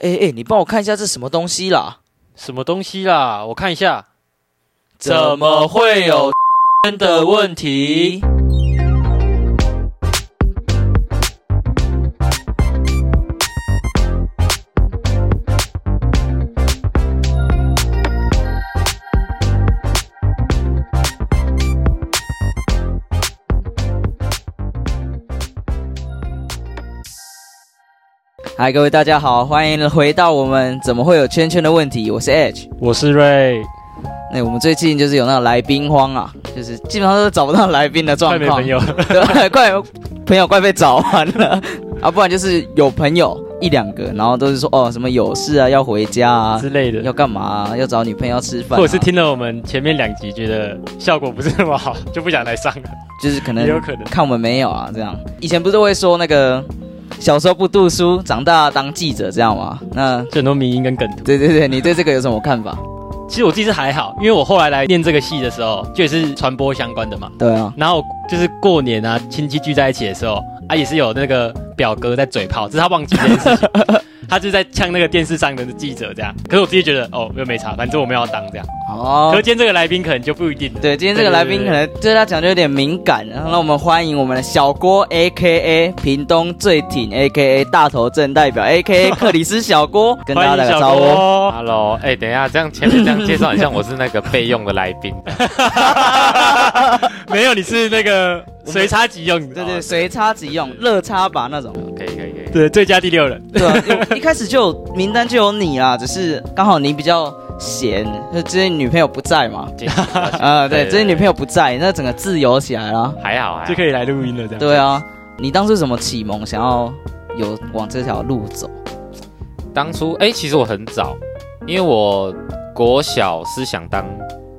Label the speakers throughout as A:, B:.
A: 哎哎，你帮我看一下这什么东西啦？
B: 什么东西啦？我看一下，怎么会有的问题？
A: 嗨，各位大家好，欢迎回到我们怎么会有圈圈的问题，我是 Edge。
B: 我是瑞，
A: 那哎我们最近就是有那种来宾荒啊，就是基本上都找不到来宾的状
B: 快没
A: 况，
B: 朋友，
A: 对，快朋友快被找完了 啊，不然就是有朋友一两个，然后都是说哦什么有事啊，要回家啊，
B: 之类的
A: 要，干嘛、啊，要找女朋友要吃饭、啊，
B: 或者是听了我们前面两集觉得效果不是那么好， 就不想来上了，
A: 就是可能
B: 也有可能
A: 看我们没有啊，这样。以前不是都会说那个小时候不读书，长大当记者这样吗？那
B: 就很多迷音跟梗图。
A: 对对对，你对这个有什么看法？
B: 其实我自己是还好，因为我后来来念这个系的时候，就也是传播相关的嘛。
A: 对啊，
B: 然后就是过年啊，亲戚聚在一起的时候，啊也是有那个表哥在嘴炮，只是他忘记这件事情， 他就在呛那个电视上的记者这样。可是我自己觉得哦，又没差，反正我们要当这样。
A: 哦
B: 可是，今天这个来宾可能就不一定了。
A: 对，今天这个来宾可能对他讲就有点敏感，然后让我们欢迎我们的小郭 A K A 屏东最挺 A K A 大头镇代表 A K A 克里斯小郭，跟大家
B: 欢
A: 打
B: 迎
A: 个
B: 小
A: 招呼。
B: 郭。
C: Hello，哎、等一下，这样前面这样介绍，很像我是那个备用的来宾。
B: 没有，你是那个随插即用的。
A: 对对，随插即用，热插拔那种。
C: 可以可 以可以。
B: 对，最佳第六人。
A: 对啊， 有一开始就有名单就有你啦，只是刚好你比较闲，就之前女朋友不在嘛。
C: 进行到这
A: 啊、对，
C: 对对
A: 最近女朋友不在，那整个自由起来了。
C: 还好还好
B: 就。可以来录音了，这样。
A: 哎对啊，你当初怎么启蒙，想要有往这条路走？
C: 当初哎、其实我很早，因为我国小是想当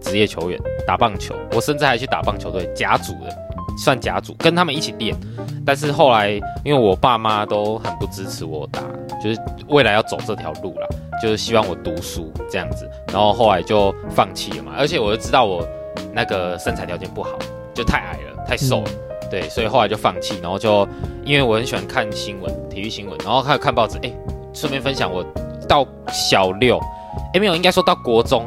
C: 职业球员，打棒球，我甚至还去打棒球队甲组的，算甲组，跟他们一起练。但是后来，因为我爸妈都很不支持我打，就是未来要走这条路啦，就是希望我读书这样子。然后后来就放弃了嘛，而且我就知道我那个身材条件不好，就太矮了，太瘦了。对，所以后来就放弃，然后就因为我很喜欢看新闻，体育新闻，然后还有看报纸，哎，顺便分享，我到小六，哎，没有，应该说到国中，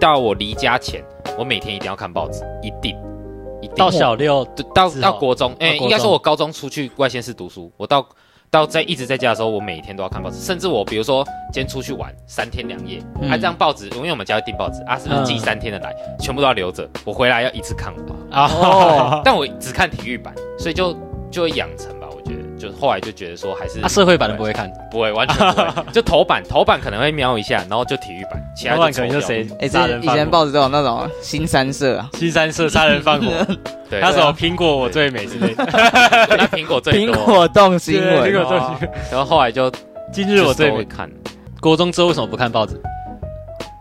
C: 到我离家前，我每天一定要看报纸，一定，一定
B: 到小六，
C: 对到
B: 是哦
C: 到国中，
B: 到
C: 哎、
B: 国中
C: 应该说我高中出去外县市读书，我到到在一直在家的时候，我每天都要看报纸，甚至我比如说今天出去玩三天两夜，
A: 嗯
C: 啊，这张报纸，因为我们家会订报纸，啊，是不是寄三天的来，
B: 嗯
C: 全部都要留着，我回来要一次看完，
B: 哦，
C: 但我只看体育版，所以就就会养成吧，我觉得，就是后来就觉得说还是
B: 他啊社会版的不 会看，
C: 不会完全不会，就头版头版可能会瞄一下，然后就体育版，其他
B: 老板
C: 就
B: 可能
C: 抽
B: 就
C: 掉
B: 谁
A: 哎、
B: 杀
A: 这
B: 人
A: 以
B: 放
A: 前
B: 火，
A: 报纸都有那种新三社啊，
B: 新三社杀 人放火，
C: 对，
B: 那
C: 那
B: 时候苹果我最美之类的，
C: 那苹果最
A: 苹
C: 多，
A: 果动新
B: 对苹
A: 闻
B: 果。
C: 哦然后后来就
B: 今日我最
C: 会
B: 美。
C: 看。
B: 国中之后为什么不看报纸？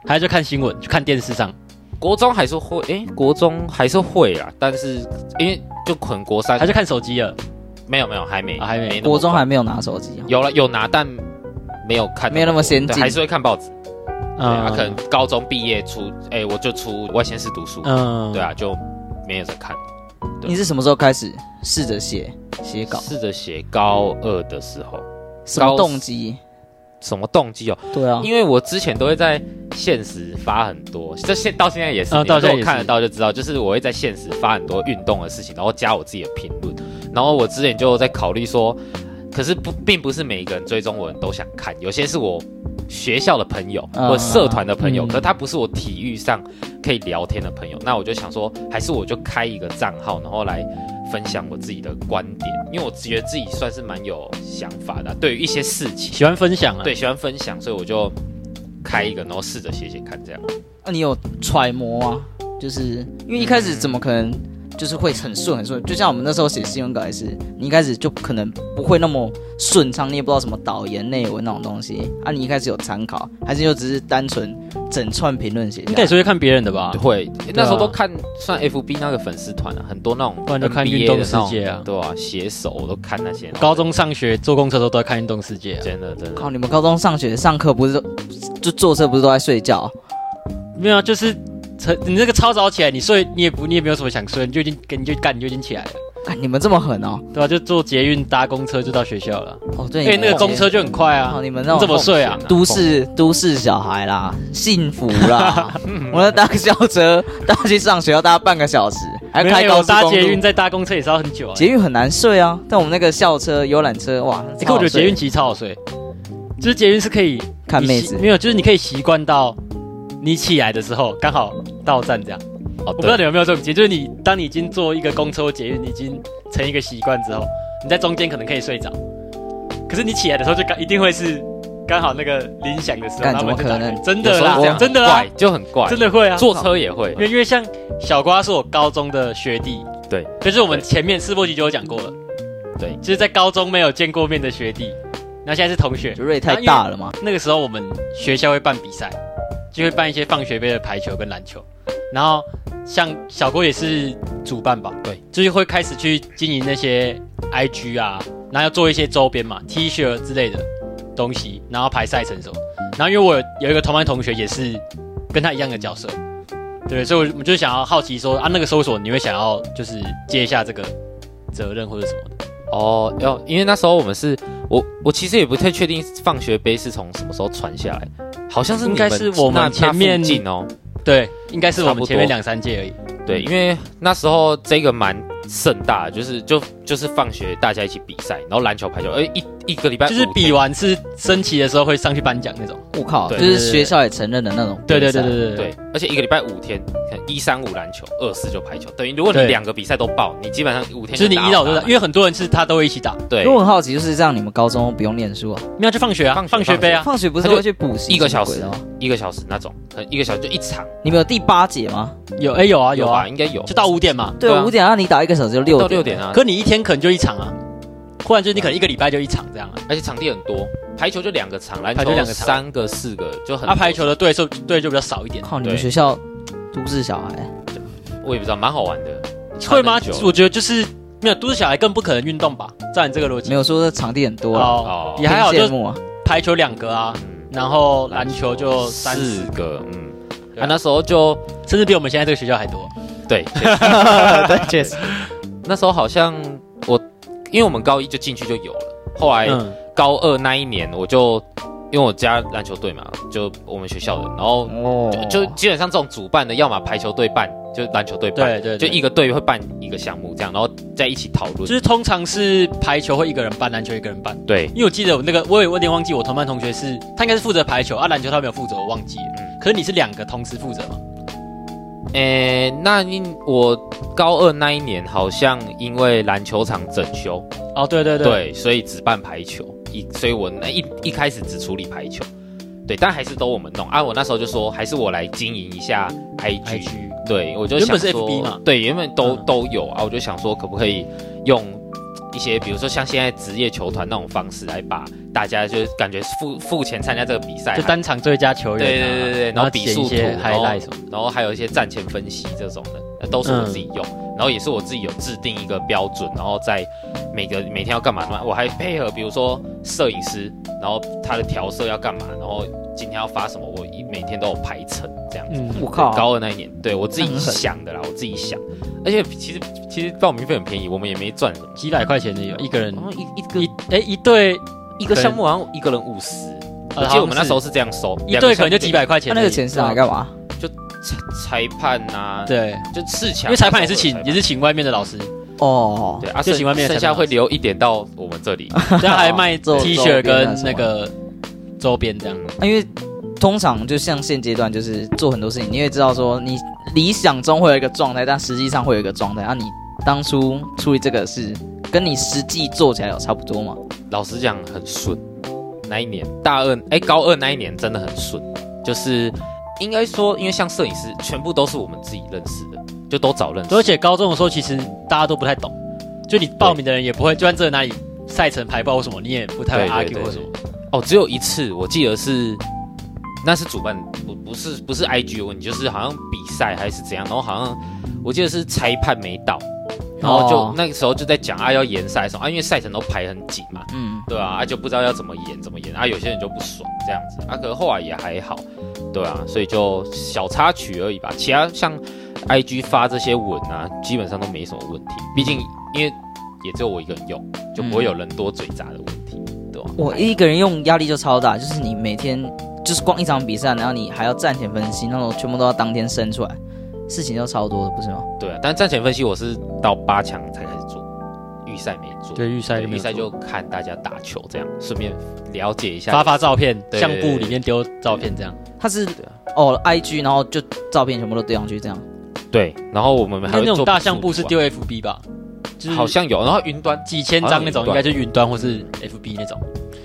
B: 还就看新闻，就看电视上。
C: 国中还是会，诶，国中还是会啦，但是因为就可能国
A: 啊
C: 三
B: 还，是看手机了，
C: 没有没有还没、
B: 啊还没
C: 没那么快
A: 国中还没有拿手机、啊，
C: 有了有拿，但没有看那么多，
A: 没有那么先进
C: 对还是会看报纸。对啊，
B: 嗯
C: 可能高中毕业出，诶，我就出外县市读书，
B: 嗯
C: 对啊，，就没有在看。对
A: 你是什么时候开始试着写写稿？
C: 试着写高二的时候，
A: 什么动机？
C: 什么动机哦？
A: 对啊，
C: 因为我之前都会在现实发很多，这现到现在也是，
B: 嗯
C: 你如
B: 到现在
C: 果
B: 也是
C: 看得到就知道，就是我会在现实发很多运动的事情，然后加我自己的评论。然后我之前就在考虑说，可是不，并不是每一个人追踪我的人都想看，有些是我学校的朋友
A: 嗯
C: 或社团的朋友，
B: 啊嗯
C: 可是他不是我体育上可以聊天的朋友。那我就想说，还是我就开一个账号，然后来分享我自己的观点，因为我觉得自己算是蛮有想法的，啊对于一些事情。
B: 喜欢分享啊。
C: 对，喜欢分享，所以我就开一个，然后试着写写看，这样。
A: 那啊你有揣摩啊？就是因为一开始怎么可能就是会很顺很顺？就像我们那时候写新闻稿也是，你一开始就可能不会那么顺畅，你也不知道什么导言、内文那种东西啊。你一开始有参考，还是就只是单纯整串评论写下来？
B: 应该也是会看别人的吧？
C: 会，那时候都看算 FB 那个粉丝团啊，很多那种 NBA 的那种，
B: 不然就看运动世界啊
C: 对啊，写手我都看那些。
B: 高中上学坐公车的时候都在看《运动世界》啊，
C: 真的真的
A: 靠！你们高中上学上课不是都就坐车不是都在睡觉？
B: 没有啊，就是。你那个超早起来，你睡你也不你也没有什么想睡，你就已经跟你就干你就已经起来了，
A: 干你们这么狠哦！
B: 对吧？就坐捷运搭公车就到学校了，
A: 哦，对，
B: 因哎为那个
A: 你们
B: 公车就很快
A: 哦，
B: 啊。
A: 你们那
B: 你
A: 种
B: 怎么睡啊？
A: 都市都市小孩啦，幸福 啦！我要搭个校车，搭去上学要搭半个小时，还要
B: 没有
A: 开
B: 没有
A: 高
B: 我
A: 速
B: 搭
A: 公
B: 捷运
A: 路。
B: 再搭公车也是要很久啊。
A: 捷运很难睡啊，但我们那个校车、游览车，哇！
B: 欸可我
A: 超好
B: 觉得
A: 睡
B: 捷运其实超好睡，就是捷运是可以
A: 看
B: 你
A: 妹
B: 习
A: 子，
B: 没有，就是你可以习惯到你起来的时候刚好到站这样。
C: 哦，
B: 我不知道你
C: 对，
B: 有没有这种经验，就是你当你已经坐一个公车或捷运，你已经成一个习惯之后，你在中间可能可以睡着，可是你起来的时候就刚一定会是刚好那个铃响的时候，
A: 干
B: 然后
A: 怎么
B: 门就
A: 可
B: 打开
A: 能
B: 真
C: 嗯有
B: 的
C: 时候
B: 啦
C: 这样，
B: 真的
C: 很
B: 啦
C: 怪，就很怪，
B: 真的会啊。
C: 坐车也会
B: 因，为因为像小瓜是我高中的学弟，
C: 对，
B: 就是我们前面四波集就有讲过了，
C: 对
B: 就是在高中没有见过面的学弟，然后现在是同学，
A: 就瑞太大了嘛，
B: 那个时候我们学校会办比赛，就会办一些放学杯的排球跟篮球，然后像小郭也是主办吧，
C: 对，
B: 就是会开始去经营那些 IG 啊，然后要做一些周边嘛，T 恤之类的东西，然后排赛程什么。然后因为我有有一个同班同学也是跟他一样的角色，对，所以我我就想要好奇说啊，那个搜索你会想要就是接下这个责任或者什么的？
C: 哦，要因为那时候我们是我我其实也不太确定放学杯是从什么时候传下来，好像是你
B: 应该是
C: 那
B: 我们
C: 那
B: 前面
C: 附近哦，
B: 对，应该是我
C: 差
B: 们
C: 不
B: 前面
C: 多
B: 两三届而已。
C: 对，因为那时候这个蛮盛大的，就是就就是放学大家一起比赛，然后篮球、排球，哎、一一个礼拜
B: 就是
C: 五
B: 比
C: 天
B: 完是升旗的时候会上去颁奖那种。
A: 我靠，就
C: 对
A: 是学校也承认的那种。啊
B: 对对对，对对
C: 对，而且一个礼拜五天，看一三五篮球，二四就排球，等于如果你
B: 对
C: 两个比赛都报，你基本上五天
B: 就是你
C: 打
B: 一到
C: 打
B: 多少？
C: 满
B: 因为很多人是他都会一起打，
C: 对
A: 因为我很好奇，就是这样，你们高中不用念书啊？
B: 没有去放学啊，
C: 放
B: 放
C: 学
B: 学杯啊，
A: 放学不是
C: 他就
A: 会去补习
C: 一个
A: 什么
C: 小
A: 鬼
C: 时
A: 的吗？
C: 一个小时那种，可能一个小时就一场
A: 你们有第八节吗？
B: 有哎有啊有啊
C: 吧，，应该有
B: 就到五点嘛。
A: 对
C: 对啊
A: 啊，五点，那你打一个小时就六
C: 到
A: 点。
C: 六点啊，
B: 可你一天可能就一场啊，或然就是你可能一个礼拜就一场这样啊。
C: 而且场地很多，排球就两个场，篮
B: 排
C: 球
B: 球两个场
C: 三个四个就很多。
B: 啊，排球的队数队就比较少一点，
A: 靠，你们
C: 对
A: 学校都市小孩，
C: 我也不知道，蛮好玩的。
B: 会吗
C: 传很久？
B: 我觉得就是没有都市小孩更不可能运动吧，照你这个逻辑
A: 没。有说场地很多啊，
B: 哦
C: 哦，
B: 也还好，
A: 很
B: 就
A: 羡慕啊。
B: 排球两个啊，
C: 嗯
B: 然后篮球就三
C: 四
B: 四，
C: 个，嗯，
B: 对
C: 啊
B: 啊
C: 那时候就
B: 甚至比我们现在这个学校还多。
C: 对，
A: 对，确实。
C: 那时候好像我，因为我们高一就进去就有了，后来
B: 嗯，
C: 高二那一年我就。因为我加篮球队嘛，就我们学校的，然后
A: 哦，
C: 就基本上这种主办的，要么排球队办，就篮球队办，
B: 对对，
C: 就
B: 对
C: 一个队会办一个项目这样，然后再一起讨论。
B: 就是通常是排球会一个人办，篮球一个人办。
C: 对，
B: 因为我记得我那个，我也我有点忘记我同班同学是，他应该是负责排球啊，篮球他没有负责，我忘记了。
C: 嗯
B: 可是你是两个同时负责嘛？
C: 诶、那因我高二那一年好像因为篮球场整修，
B: 哦，对对
C: 对，所以只办排球，一所以我那一一开始只处理排球，对，但还是都我们弄啊。我那时候就说，还是我来经营一下 IG，,
B: ，IG
C: 对我就
B: 原
C: 想
B: 本是
C: 说，
B: FB 嘛
C: 对，原本都、
B: 嗯
C: 都有啊，我就想说，可不可以用一些，比如说像现在职业球团那种方式，来把大家就是感觉付付钱参加这个比赛，
B: 就单场最佳球员、啊
C: 对对对对，然后比
B: 写一
C: 速图，
B: 些啊
C: 然
B: h
C: 后
B: i 什么，
C: 然后还有一些战前分析这种的，那都是
B: 嗯
C: 我自己用，然后也是我自己有制定一个标准，然后在每个每天要干嘛干嘛，我还配合比如说摄影师，然后他的调色要干嘛，然后今天要发什么，我一每天都有排程这样子。
B: 嗯，
A: 我靠，
C: 高二那一年，对我自
A: 那
C: 己
A: 很狠
C: 想的啦，我自己想，而且其实其实报名费很便宜，我们也没赚什么，
B: 几百块钱的有一个人
C: 然，后一一哦个
B: 一哎一队，
C: 一个项目好像一个人五十，
B: 呃
C: 我记得我们那时候是这样收，
B: 一队可能就几
C: 百
B: 百块
A: 他
B: 钱而
A: 那
B: 已，
A: 个钱是拿来干嘛？
C: 裁判啊，
B: 对，
C: 就啊四强，
B: 因为裁判也是请
C: 裁判
B: 也是请外面的老 师，
A: 哦，
C: 对啊，
B: 就
C: 剩
B: 喜欢面的裁
C: 剩下
B: 判
C: 会留一点到我们这里。
B: 然后还卖
A: 周
B: T
A: 周
B: 恤
A: 边啊
B: 跟
A: 什么
B: 那个周边这样。
A: 啊因为通常就像现阶段，就是做很多事情，你会知道说你理想中会有一个状态，但实际上会有一个状态。啊，你当初处理这个事，跟你实际做起来有差不多吗？
C: 老实讲，很顺。那一年大二，哎、高二那一年真的很顺，就是应该说，因为像摄影师，全部都是我们自己认识的，就都早认识。
B: 而且高中的时候其实大家都不太懂，就你报名的人也不会，就算这哪里赛程排报或什么，你也不太会
C: 对
B: argue
C: 对
B: 或什么。
C: 哦，只有一次，我记得是那是主办不不是不是 IG 的问题，就是好像比赛还是怎样，然后好像我记得是裁判没到，然后就、
A: 哦
C: 那个时候就在讲啊要延赛什么啊，因为赛程都排很紧嘛，
A: 嗯，
C: 对啊，啊就不知道要怎么演怎么演啊，有些人就不爽这样子啊，可是后来也还好，对啊，所以就小插曲而已吧。其他像 IG 发这些文啊，基本上都没什么问题。毕竟因为也只有我一个人用，就不会
B: 嗯
C: 有人多嘴杂的问题，对吧、
A: 我一个人用压力就超大，就是你每天就是光一场比赛，然后你还要战前分析，那种全部都要当天生出来，事情就超多的，不是吗？
C: 对啊，但战前分析我是到八强才开始做，预赛没做。
B: 对，预赛
C: 对
B: 没
C: 预
B: 有
C: 赛
B: 做
C: 就看大家打球这样，顺便了解一下
B: 发发照片，
C: 对
B: 相簿里面丢照片这样。
A: 他是
C: 啊
A: 哦，IG，然后就照片全部都丢上去，这样
C: 对，然后我们还
B: 那
C: 会
B: 那
C: 做
B: 种大相簿是
C: 辅助
B: 丢 FB 吧？就是
C: 啊，好像有，然后云端，
B: 几千张那种，应该就云端或是 FB 那种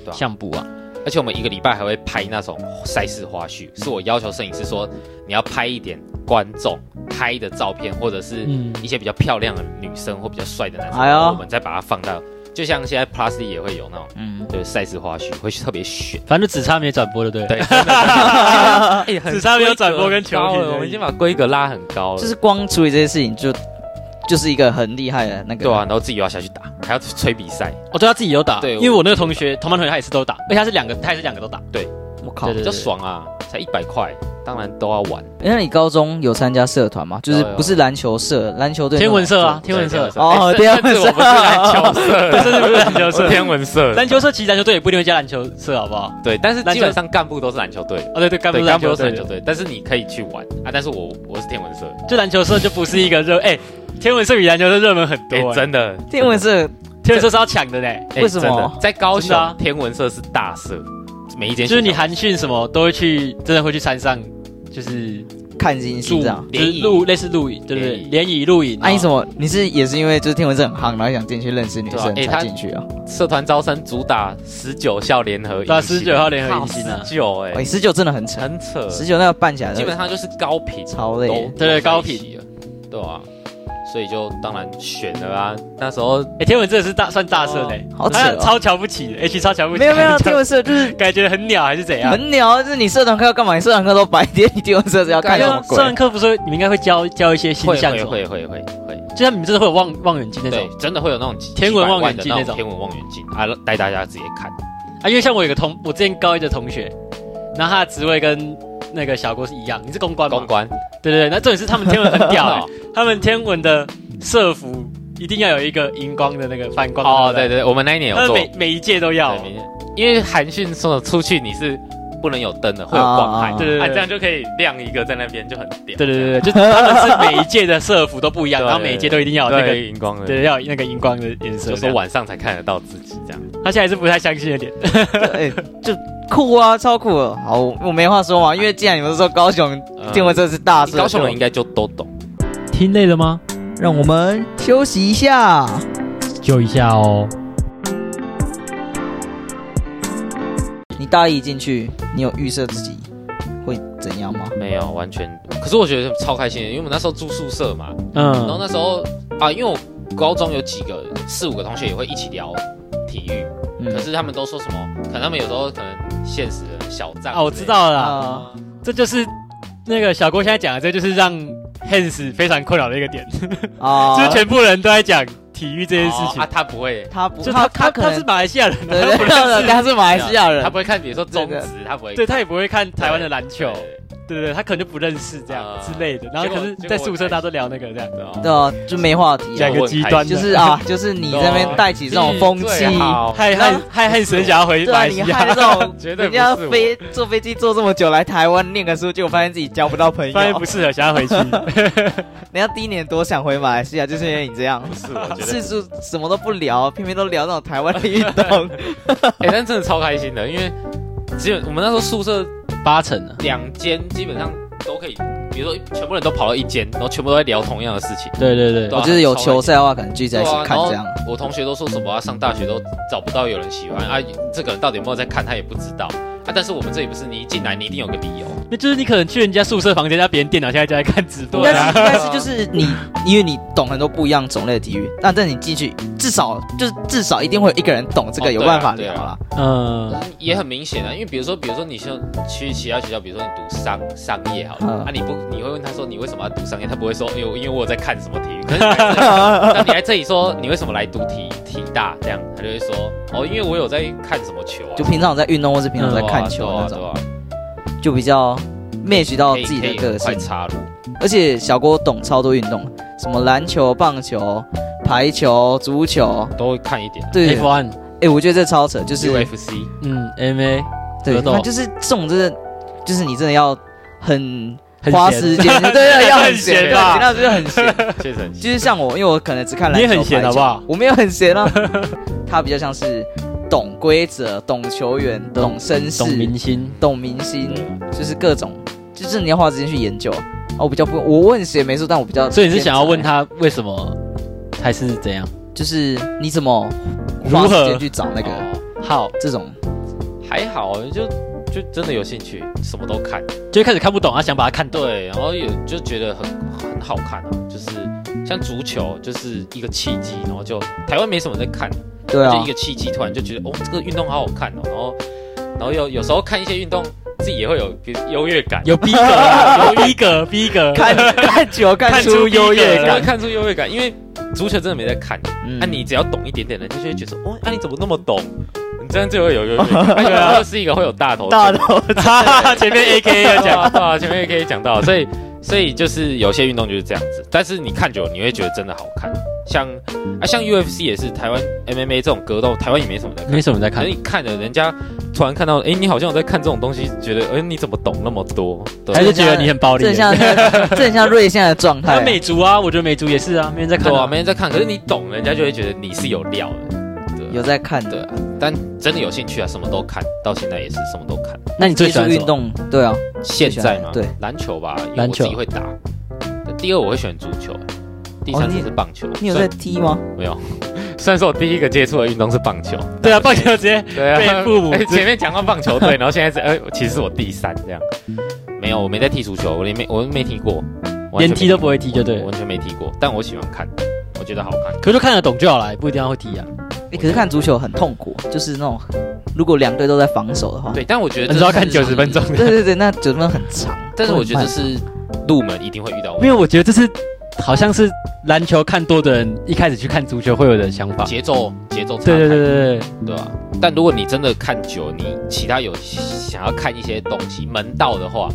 C: 对啊
B: 相簿啊。
C: 而且我们一个礼拜还会拍那种赛事花絮，是我要求摄影师说你要拍一点观众拍的照片，或者是
B: 嗯
C: 一些比较漂亮的女生或比较帅的男生，
A: 哎呦
C: 然后我们再把它放到，就像现在 Plus 也会有那种
A: 嗯，
C: 对赛事花絮，会特别选。
B: 反正就只差没转播了，对。
C: 对，哎很
B: 只差没有转播跟球评
C: 高
B: 而
C: 了，
B: 已
C: 我们已经把规格拉很高了，
A: 就是光处理这些事情就就是一个很厉害的那个，
C: 对啊，然后自己又要下去打，还要吹比赛，
B: 哦，对他自己有打，
C: 对
B: 因为我那个同学，同班同学他也是都打，而且他是两个，他也是两个都打。
A: 我靠
B: 对！对
C: 比较爽啊，才一百块，当然都要玩。
A: 哎那你高中有参加社团吗？就是
C: 有有
A: 不是篮球社，篮球队
B: 天文社
A: 那
B: 啊，
A: 种
B: 天文社，
A: 哦
C: 对
A: 天文社
C: 我们是篮球社，
B: 对，甚至不是篮球
C: 哎我
B: 社，
C: 天文社，
B: 篮球社其实篮球队也不一定会加篮球社，好不好？
C: 对，但是
B: 篮球
C: 基本上干部都是篮球队，
B: 哦，对对，干部
C: 对，
B: 是
C: 干
B: 篮
C: 部
B: 球
C: 都是
B: 队
C: 篮，球队，但是你可以去玩啊。但是我我是天文社，
B: 就篮球社就不是一个热，哎，天文社比篮球社热门很
C: 哎
B: 多，，哎
C: 真的，
A: 天文社
B: 天文社是要抢的呢，
C: 哎
A: 为什么
C: 真的在高
B: 真
C: 雄
B: 的啊
C: 天文社是大社，每一间
B: 就是你
C: 学校
B: 寒训什么都会去，真的会去山上，就是
A: 看星星
B: 住
A: 这样。
B: 就是
C: 联谊
B: 露类似露营，对不对？
C: 联谊
B: 联谊露营，
A: 啊，你怎
B: 么？
A: 么？你是也是因为就是天文社很夯，然后想进去认识女生
C: 对啊哎
A: 才
C: 他
A: 进去啊？
C: 社团招生主打十九校联合迎新，
B: 对啊，十九号联合迎新啊，
C: 十九哎
A: 哎，，十九真的很扯，
C: 很扯，
A: 十九那个办起来
C: 基本上就是高频
A: 超累欸
C: 都
A: 的。
B: 欸对对高频
C: 都在一起了对啊，所以就当然选了啊。那时候
B: 哎，天文真的是大算大社的，哎
A: 好扯
B: 他
A: 哦
B: 超瞧不起的，H 超瞧不起，
A: 没有 没有，天文社就是
B: 感觉很鸟还是怎样？
A: 很鸟，就是你社团课要干嘛？你社团课都白天，你天文社是要看
B: 对
A: 什
B: 啊
A: 么
B: 社团
A: 鬼？
B: 课不是你们应该会教教一些星
C: 会
B: 象
C: 会
B: 什么？
C: 会会会会，
B: 就像你们真的会有望望远镜那
C: 对
B: 种，
C: 真的会有那种几
B: 天文
C: 几百
B: 望远
C: 万的
B: 镜那种
C: 天文望远镜啊，带大家直接看。
B: 啊，因为像我有个同我之前高一的同学，然后他的职位跟那个小郭是一样，你是公关吗？
C: 公关
B: 对对对，那重点是他们 天文很屌、
C: 哦
B: 欸，他们天文的社服一定要有一个荧光的那个反光
C: 哦，
B: 对
C: 对
B: 不
C: 对，我们那一年
B: 对，
C: 有
B: 他们每
C: 做，
B: 每一届都要
C: 对，，明天因为韩讯说出去你是不能有灯的，会有光害，
A: 啊
B: 对对对
C: 啊，这样就可以亮一个在那边就很屌，
B: 对对对对，就他们是每一届的社服都不一样，
C: 对对对
B: 然后每一届都一定要有那个。
C: 哦对荧光的，
B: 对，要有那个荧光的颜色。
C: 就
B: 就是
C: 是
B: 我，
C: 晚上才看得到自己这样，
B: 他现在还是不太相信的脸。
A: 哎，就酷啊，超酷的！好，我我没话说嘛，因为既然你们都说高雄
B: 呃
C: 嗯
A: 天文社是大社，
C: 高雄人应该就都懂。
B: 听累了吗？
A: 让我们休息一下。
B: 就一下哦。
A: 你大一进去，你有预设自己会怎样吗？
C: 没有，完全。可是我觉得超开心的，因为我们那时候住宿舍嘛，然
B: 嗯，
C: 后那时候啊，因为我高中有几个四五个同学也会一起聊体育，可
A: 嗯，
C: 是他们都说什么？可能他们有时候可能现实的嗯小账
B: 啊，我知道了啦，
A: 啊，
B: 这就是那个小郭现在讲的，这就是让 Hans 非常困扰的一个点，
A: 哦
B: 就是全部人都在讲体育这
C: 这
B: 件事情
C: 啊，。他不会，
A: 他不，
B: 就
A: 他
B: 他他
A: 可
B: 他是
A: 能
B: 马来西亚人，
A: 对
B: 他不
A: 对
B: 认识
A: 对，他是马来西亚人
C: 他，不会看，比如说中
A: 对
C: 职，他不会
B: 对他也不会看台湾的篮球，
C: 对
B: 对对对，他可能就不认识这样
C: 啊
B: 之类的。然后
C: 结果
B: 可是，在宿舍大家都聊那个这样，
C: 对啊
A: 对啊，就没话题
B: 讲
A: 啊
B: 一，个极端的，
A: 就是啊，就是你这边带起这种风气
C: 最，好
B: 害害害恨神想要回
A: 对
B: 马
A: 啊，
B: 来
A: 你
B: 西
A: 害
B: 亚
A: 这， 种
C: 绝对
A: 人
C: 不是
A: 家
C: 我
A: 飞坐飞机坐这么久来台湾念个书，结果发现自己交不到朋友。
B: 发现 不适合，想要回去。
A: 人家第一年多想回马来西亚，就是因为你这 样，
C: 不是我觉得
A: 四处什么都不聊，偏偏都聊那种台湾的运动。
C: 哎，但真的超开心的，因为只有我们那时候宿舍
B: 八成啊，
C: 两间基本上都可以，比如说全部人都跑到一间，然后全部都在聊同样的事情。
B: 对对对
C: 对啊
A: 哦，就是有球赛的话，可能聚在一起
C: 啊
A: 看这样。
C: 我同学都说什么、啊、上大学都找不到有人喜欢啊，这个人到底有没有在看，他也不知道啊。但是我们这里不是你一进来，你一定有个理由。
B: 那就是你可能去人家宿舍房间，那别人电脑现在就在看直播
C: 对
B: 啊
A: 但
C: 啊
A: 是但是就是你， 因为你懂很多不一样种类的体育，那但你进去至少就是至少一定会有一个人懂这
C: 哦
A: 个，有
C: 对啊
A: 办法
C: 对
A: 聊
C: 啊
A: 啦。
B: 嗯，
C: 也很明显啊，因为比如说，比如说你像去其他学校，比如说你读商商业好了，
A: 嗯
C: 啊你不你会问他说你为什么要读商业，他不会说哎呦因为我有在看什么体育，可是你 来这里那你来这里说你为什么来读体体大这样，他就会说哦因为我有在看什么球啊，
A: 就平常有在运动或是
B: 嗯
A: 平常有在
C: 对啊
A: 看球
C: 对
A: 那
C: 啊
A: 种
C: 对，啊，
A: 就比较 match 到
C: 可以
A: 自己
C: 可
A: 的
C: 以
A: 个
C: 快
A: 性。
C: 插入，
A: 而且小郭懂超多运动，什么篮球、棒球、排球、足球，
C: 都会看一点。啊
A: 对，哎、
B: F1，
A: 我觉得这超扯，就是
C: ，UFC
B: 嗯，MA，
A: 对，
B: 格斗
A: 那就是这种，真的就是你真的要很
B: 很
A: 花
B: 闲
A: 时间，对对， 要很
B: 很
A: 闲，
B: 闲吧
A: 对那就是很闲。
C: 确实很
A: 就是像我，因为我可能只看篮
B: 你
A: 球，
B: 也很
A: 排
B: 闲
A: 球
B: 好不好？
A: 我没有很闲啊， 他比较像是懂规则、懂球员、懂绅士、
B: 懂明星，
A: 懂明星，
C: 对啊
A: 就是各种，就是你要花时间去研究。哦，我比较不，我问谁没错，但我比较。
B: 所以你是想要问，他为什么，还是怎样？
A: 就是你怎么
B: 如
A: 花时
B: 何
A: 间去找那个
C: 哦
B: 好，
A: 这种？
C: 还好，就就真的有兴趣，什么都看。
B: 就一开始看不懂，他想把它看懂。
C: 对，然后也就觉得很很好看啊，就是像足球就是一个契机，然后就台湾没什么在看，
A: 对
C: 就
A: 啊
C: 一，个契机，突然就觉得哦，这个运动好好看哦，然后然后有有时候看一些运动，自己也会有比如优越感，
B: 有逼格， 有逼格，逼格。
A: 看看球看
B: 看
A: 出
B: 出逼
A: 优越
B: 格
C: 会
A: 感。
C: 看出优越感，因为足球真的没在看，
A: 嗯
C: 那、你只要懂一点点的，就会觉得哦，那、你怎么那么懂？你这样就会有 优越感，对啊，又是一个会有大头
A: 大头
B: 哈哈 哈前 面 A K 要讲，
C: 讲到，啊前面也可以讲到，所以所以就是有些运动就是这样子，但是你看久了你会觉得真的好看，像啊像 UFC 也是台湾 MMA 这种格斗，台湾也没什么在看
B: 没。什么在
C: 可
B: 看
C: 能，你看了，人家突然看到，哎、你好像有在看这种东西，觉得，哎、你怎么懂那么多？对啊
B: 还是觉得你很暴力
A: 这。很像那个，这很像瑞现在的状态
B: 还
A: 啊、
B: 有美足啊，我觉得美足也是啊，没人在看
C: 对啊，
B: 啊。
C: 没人在看，可是你懂，人家就会觉得你是有料的。对啊
A: 有在看
C: 对
A: 的。
C: 啊，但真的有兴趣啊，什么都看，到现在也是什么都看。
B: 那你最
A: 接
B: 喜
A: 触
B: 欢什
A: 运
B: 么？
A: 动，对啊，
C: 现在吗？
A: 对，
C: 篮球吧，因为
B: 篮
C: 我
B: 球
C: 自己会打。对第二我会选足球，第三
A: 哦你
C: 就是棒球。
A: 你有
C: 虽
A: 在
C: 然
A: 踢吗？
C: 没有？ 虽然说我第一个接触的运动是棒球，
B: 对啊，棒球直接
C: 对啊，
B: 被父母
C: 哎前面讲到棒球队，然后现在是呃，其实是我第三这样。没有，我没在踢足球，我连没我没踢过，完全
B: 连
C: 没
B: 踢都不会踢就对
C: 我
B: 了
C: 完。全没踢过。但我喜欢看，我觉得好看。
B: 可是就看得懂就好了，也不一定要会踢啊。
A: 欸可是看足球很痛苦，就是那种如果两队都在防守的话，
C: 对，但我觉得
B: 哦你知道
C: 这是
B: 看90分钟
A: 对对对，那九分很长。
C: 但是我觉得这
A: 很慢
C: 是入门一定会遇到的问
B: 因为我觉得这是好像是篮球看多的人一开始去看足球会有的想法
C: 题，。节奏节奏差
B: 对对
C: 太
B: 对对对，
C: 对吧、但如果你真的看久，你其他有想要看一些东西门道的话，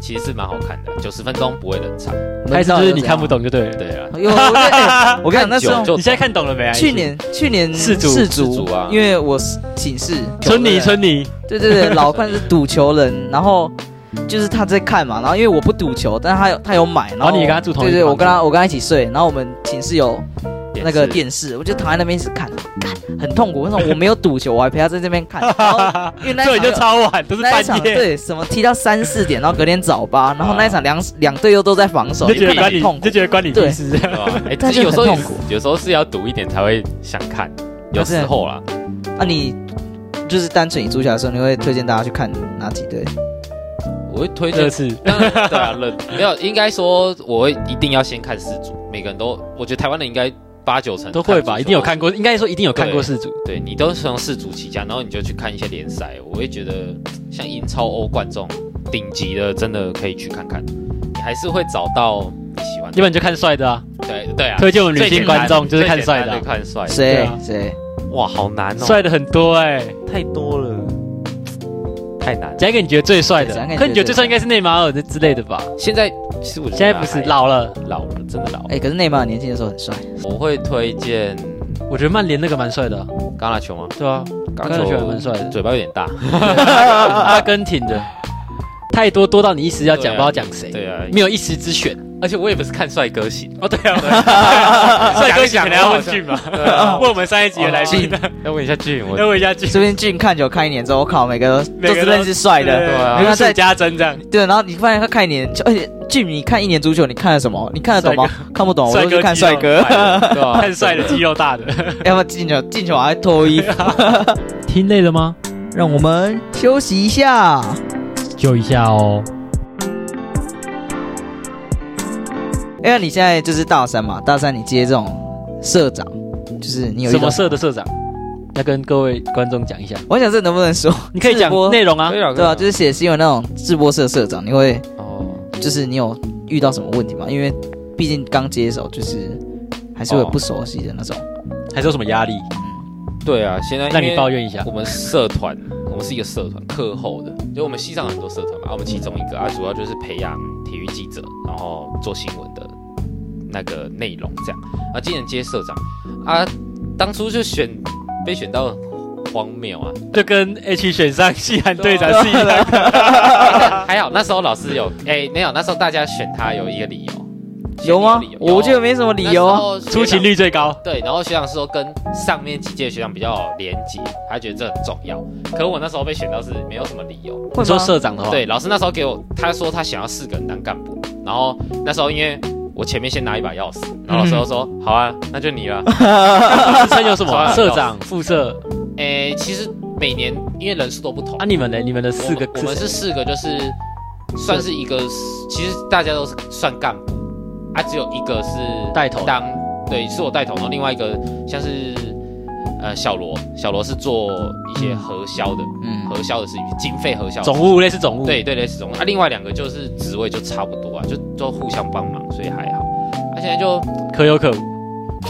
C: 其实是蛮好看的，九十分钟不会冷场。
B: 开始就是你看不
A: 懂。
B: 懂就对了。
C: 对啊，
A: 因为我 欸我跟你讲，那时
C: 久
A: 候
C: 就
B: 你现在看懂了没啊？
A: 去年去年
B: 世足
A: 世
C: 世足啊
A: 因为我寝室
B: 春泥春泥，
A: 对对对，老范是赌球人，然后就是他在看嘛，然后因为我不赌球，但是他有他有买，然后
B: 然后哦你跟他住同一
A: 对对，
B: 房
A: 我跟他我跟他一起睡，然后我们寝室有那个
C: 电视
A: 电视，我就躺在那边一直看，看很痛苦。为什么我没有赌球，我还陪他在这 边看？然后因为那
B: 对
A: 一
B: 就
A: 场
B: 超晚，
A: 有
B: 都是
A: 那一
B: 半
A: 场
B: 夜，
A: 对什么踢到三四点，然后隔天早八，然后
C: 啊
A: 那一场两两队又都在防守，
B: 你就觉
A: 就
B: 得
A: 看
B: 关
A: 得很
B: 你，
A: 痛
B: 你
A: 苦
B: 就，觉得关你屁事。
C: 对吧、哎、
A: 但
C: 其
A: 是
C: 实有时候
A: 很
C: 也
A: 痛
C: 是
A: 苦
C: 有时候是要赌一点才会想看，有时候啦。
A: 那啊你就是单纯以足球来说，你会推荐大家去看哪几队？
C: 我会推
B: 这
C: 荐，
B: 次
C: 当然 对啊，冷没有，应该说我会一定要先看四组，每个人都，我觉得台湾人应该八九成
B: 都会吧，
C: 看足球
B: 一定有看过，应该说一定有看过四组。
C: 对你都是从世足起家，然后你就去看一些联赛，我会觉得像英超、欧冠这种顶级的，真的可以去看看，你还是会找到你喜
B: 要
C: 欢
B: 不
C: 的。
B: 然你就看帅的啊，
C: 对对啊，
B: 推荐我们女性观众就是看
C: 最简
B: 帅
C: 单
B: 的
C: 的
B: 啊，
C: 看帅的。
B: 对
A: 谁
B: 啊
A: 谁？
C: 哇，好难哦，
B: 帅的很多哎。
C: 太多了，太难了。
B: 讲一个你觉得最帅的
A: 对讲一个，你
B: 可你觉
A: 觉
B: 得
A: 得
B: 最帅应该是内马尔的之类的吧？
C: 现在其实我觉得
B: 现在不是
C: 还
B: 老了，
C: 老了，真的老了。
A: 哎，可是内马尔年轻的时候很帅，
C: 我会推荐
B: 我觉得曼联那个蛮帅的啊，
C: 橄榄球吗？
B: 对啊，
C: 橄
B: 橄榄球还蛮帅的啊
C: 嘴巴有点大。
B: 阿根廷的，太多多到你一时要讲不知道讲谁，
C: 对啊，
B: 没有一时之选。
C: 而且我也不是看帅哥型，
B: 哦，对 啊，帅哥想能要问俊嘛，
C: 对 啊
B: 问我们上一集的来宾，
C: 要问一下俊，我
B: 要问一下俊，
A: 这边俊看球看一年之后，我 靠，每个都
B: 每
A: 都
B: 个
A: 是
B: 都
A: 认识帅
B: 对
A: 的。
C: 啊
B: 如数家珍这样，
A: 对，然后你发现他看一年，就而且俊，你看一年足球，你看了什么？你看得懂吗？看不懂，我
B: 帅
A: 都
B: 哥
A: 去看帅哥。
C: 对啊吧？
B: 看帅的肌肉大的。
A: 要不然进球，进球还脱衣服。
B: 听累了吗？
A: 让我们休息一下。
B: 就一下哦。
A: 因哎为你现在就是大三嘛，大三你接这种社长，就是你有一
B: 什么
A: 种，
B: 社的社长？要跟各位观众讲一下，
A: 我想这能不能说？
B: 你可以
A: 直
B: 讲
A: 播
B: 内容啊
C: 可以。啊，
A: 对啊，
C: 可以
A: 就是写新闻那种直播社社长，你会
C: 哦，
A: 就是你有遇到什么问题吗？因为毕竟刚接手，就是还是会有
C: 哦
A: 不熟悉的那种。
B: 还是有什么压力？
C: 对啊，现在
B: 让你
C: 因为
B: 抱怨一下
C: 我。们社团，我我们是一个社团，课后的，就我们系上有很多社团嘛，啊我们其中一个啊，主要就是培养体育记者，然后做新闻的那个内容这样。啊，今年接社长啊，当初就选被选到荒谬啊，
B: 就跟 H 选上 西韩队长是一样的。
C: 还好那时候老师有哎、没有，那时候大家选他有一个理由，
A: 有吗
C: 选你？
A: 我觉得没什么理由啊。
C: 啊
B: 出勤率最高，
C: 对，然后学长是说跟上面几届学长比较有连结，他觉得这很重要。可我那时候被选到是没有什么理由。
A: 会
B: 你说
A: 吗？
B: 社长的话，
C: 对，老师那时候给我，他说他想要四个人当干部，然后那时候因为我前面先拿一把钥匙，然后老师就说、好啊，那就你了。
B: 职 称有什么啊？ 社
C: 社长
B: 长、副社
C: 诶、其实每年因为人数都不同
B: 啊？，你们呢？你们的
C: 我
B: 四个
C: 我们是四个，就是算是一个，其实大家都是算干部，啊，只有一个是
B: 带头的
C: 当对，是我带头，然后另外一个像是呃小罗，小罗是做一些核销的，
A: 嗯
C: 核销的事情，经费核销的事
B: 总务，类似总务。
C: 对对类似总务，啊，另外两个就是职位就差不多啊，就都互相帮忙，所以还好。啊，现在就
B: 可有可无。